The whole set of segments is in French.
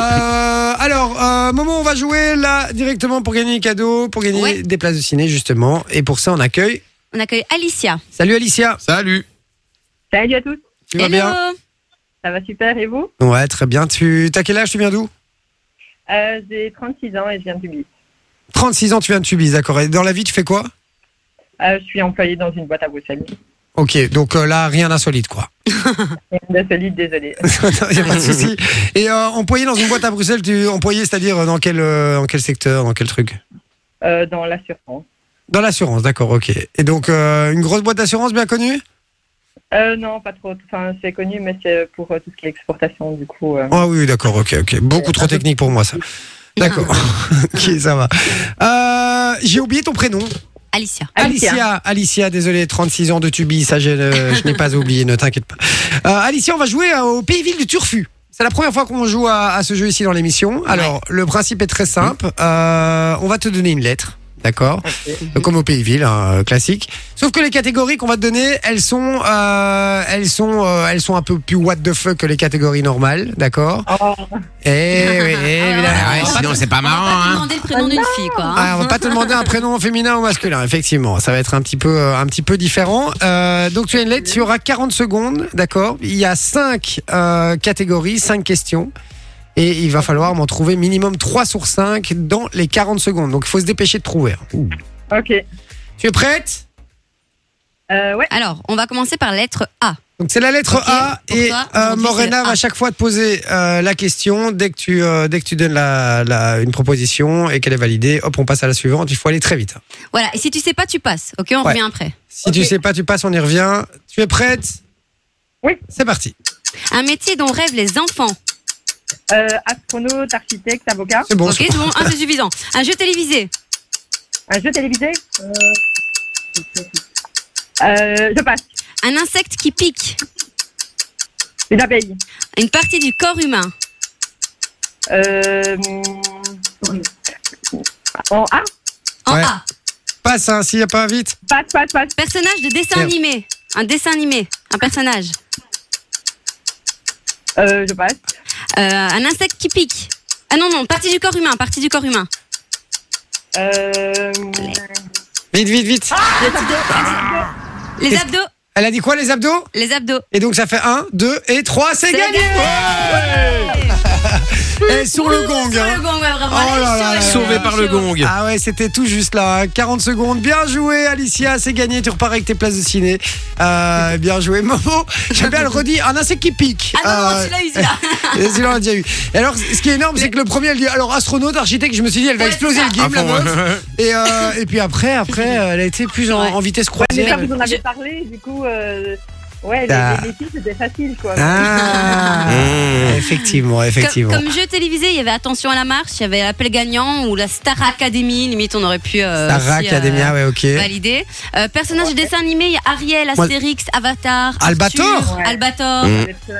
Euh, alors, euh, Momo, on va jouer là directement pour gagner des cadeaux, pour gagner Ouais. des places de ciné justement. Et pour ça, on accueille. On accueille Alicia. Salut Alicia, Salut. Salut à tous, tu vas bien Hello. ça va super et vous Ouais, très bien. Tu t'as quel âge Tu viens d'où euh, J'ai 36 ans et je viens du Bis. 36 ans, tu viens de Tubize, d'accord. Et dans la vie, tu fais quoi Euh, je suis employée dans une boîte à Bruxelles. Ok, donc euh, là, rien d'insolite, quoi. Rien de solide, désolé. Il a pas de souci. Et euh, employé dans une boîte à Bruxelles, tu employé, c'est-à-dire euh, dans quel, euh, dans quel secteur, dans quel truc Euh, dans l'assurance. Dans l'assurance, d'accord, ok. Et donc, euh, une grosse boîte d'assurance bien connue Euh, non, pas trop. Enfin, c'est connu, mais c'est pour euh, tout ce qui est exportation, du coup. euh. Ah oui, d'accord, ok, ok. Beaucoup trop technique pour moi, ça. D'accord, ok, ça va. Euh, J'ai oublié ton prénom. Alicia. Alicia. Alicia, Alicia, désolé, 36 ans de Tubi, ça je, ne- je n'ai pas oublié, ne t'inquiète pas. Euh, Alicia, on va jouer euh, au Pays-Ville du Turfu. C'est la première fois qu'on joue à, à ce jeu ici dans l'émission. Alors, le principe est très simple. Euh, on va te donner une lettre, d'accord Euh, Comme au Pays-Ville, hein, euh, classique. Sauf que les catégories qu'on va te donner, elles sont, euh, elles sont, euh, elles sont un peu plus what the fuck que les catégories normales, d'accord Oh, Eh oui, eh, Ah, évidemment. ouais, Ah, sinon, c'est pas On va marrant, pas hein. demander le prénom d'une fille, quoi. hein. ah, on va pas te demander un prénom féminin ou masculin, effectivement. Ça va être un petit peu, euh, un petit peu différent. Euh, donc tu as une lettre, tu auras 40 secondes, d'accord Il y a 5 catégories, 5 questions. Et il va falloir m'en trouver minimum 3 sur 5 dans les 40 secondes. Donc il faut se dépêcher de trouver. hein. ok. Tu es prête Euh, ouais, Alors, on va commencer par la lettre A. Donc c'est la lettre Ok, A. pour Ah. et toi, euh, aujourd'hui, c'est Morena le va A. à chaque fois te poser euh, la question. Dès que tu, euh, dès que tu donnes la, la- une proposition et qu'elle est validée, hop, on passe à la suivante. Il faut aller très vite. hein. Voilà, et si tu sais pas, tu passes. Ok, on Ouais. revient après. Si tu sais pas, tu passes, on y revient. Tu es prête Oui. C'est parti. Un métier dont rêvent les enfants. euh, astronaute, architecte, avocat, C'est bon. ok, je- c'est bon, un, c'est suffisant. Un jeu télévisé. un jeu télévisé. Euh, euh, je passe. Un insecte qui pique. Les abeilles. Une partie du corps humain. Euh, hum, en ah, A, En Ouais. A. Passe, hein, s'il n'y a pas vite. passe, passe, passe. Personnage de dessin Merde. animé. Un dessin animé. Un personnage. Euh, je passe. Euh, un insecte qui pique. Ah non, non, partie du corps humain, partie du corps humain. Euh, Vite, vite, vite. Ah. Les Qu'est-ce- abdos. Elle a dit quoi, les abdos Les abdos. Et donc, ça fait 1, 2 et 3, c'est C'est gagné Et sur le gong. Sur hein. le gong, ouais, vraiment. Oh là Allez, là chaud, là allez, Sauvé chaud. par le gong. Ah ouais, c'était tout juste là. hein. 40 secondes. Bien joué, Alicia. C'est gagné. Tu repars avec tes places de ciné. Euh, bien joué, Momo. J'aime bien le redit. Un insecte qui pique. Ah non, Euh, non, tu l'as eu, celui-là. Et sinon, on l'a déjà eu. Et alors, ce qui est énorme, c'est que le premier, elle dit alors astronaute, architecte. Je me suis dit, elle va Ouais, exploser c'est ça. le game, À la fond, meuf. ouais. Et, euh, et puis après, après, euh, elle a été plus en, Ouais. en vitesse mais ça, croisière. vous en avez Je- parlé, du coup, euh, ouais, les- Ah. les, les filles, c'était facile, quoi. Ah, Mmh. effectivement, Comme, effectivement. comme jeu télévisé, il y avait Attention à la marche, il y avait Appel gagnant ou la Star Academy. Limite, on aurait pu euh, Sarah aussi, euh, Academia, ah ouais, ok. valider. Euh, personnage de dessin animé, il y a Ariel, Moi- Astérix, Avatar. Albator Arthur, Ouais. Albator. Mmh. Vous êtes, euh,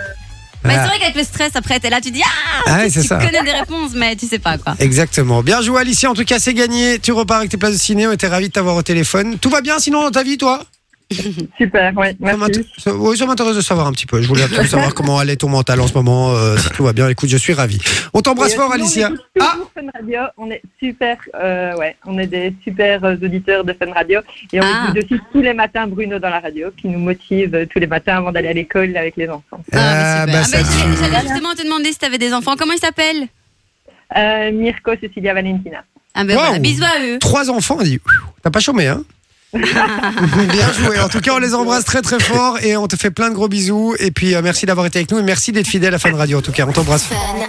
Bah, Voilà. c'est vrai qu'avec le stress, après, t'es là, tu dis Ah, Ah ouais, c'est tu ça. connais des réponses, mais tu sais pas quoi. Exactement. Bien joué, Alicia. En tout cas, c'est gagné. Tu repars avec tes places de ciné. On était ravis de t'avoir au téléphone. Tout va bien sinon dans ta vie, toi Super, ouais, Ça merci. m'inté- ça- Oui, ça m'intéresse de savoir un petit peu. Je voulais absolument savoir comment allait ton mental en ce moment. euh, si tout va bien, écoute, je suis ravi. On t'embrasse Et, euh, fort, sinon, Alicia. On écoute toujours Ah Fun Radio, on est super, euh, ouais, on est des super euh, auditeurs de Fun Radio et on Ah. écoute aussi tous les matins Bruno dans la radio qui nous motive euh, tous les matins avant d'aller à l'école avec les enfants. Ah, Ah, mais bah, super. Ah, ça tue. bah, j'allais- J'allais justement te demander si t'avais des enfants. Comment ils s'appellent Euh, Mirko, Cecilia, Valentina. Ah, ben Wow. voilà, bisous à eux. Trois enfants, on dit. T'as pas chômé, hein Bien joué. En tout cas, on les embrasse très très fort et on te fait plein de gros bisous. Et puis, euh, merci d'avoir été avec nous et merci d'être fidèle à Fan Radio. En tout cas, on t'embrasse fort.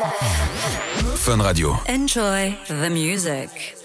Fun Radio. Enjoy the music.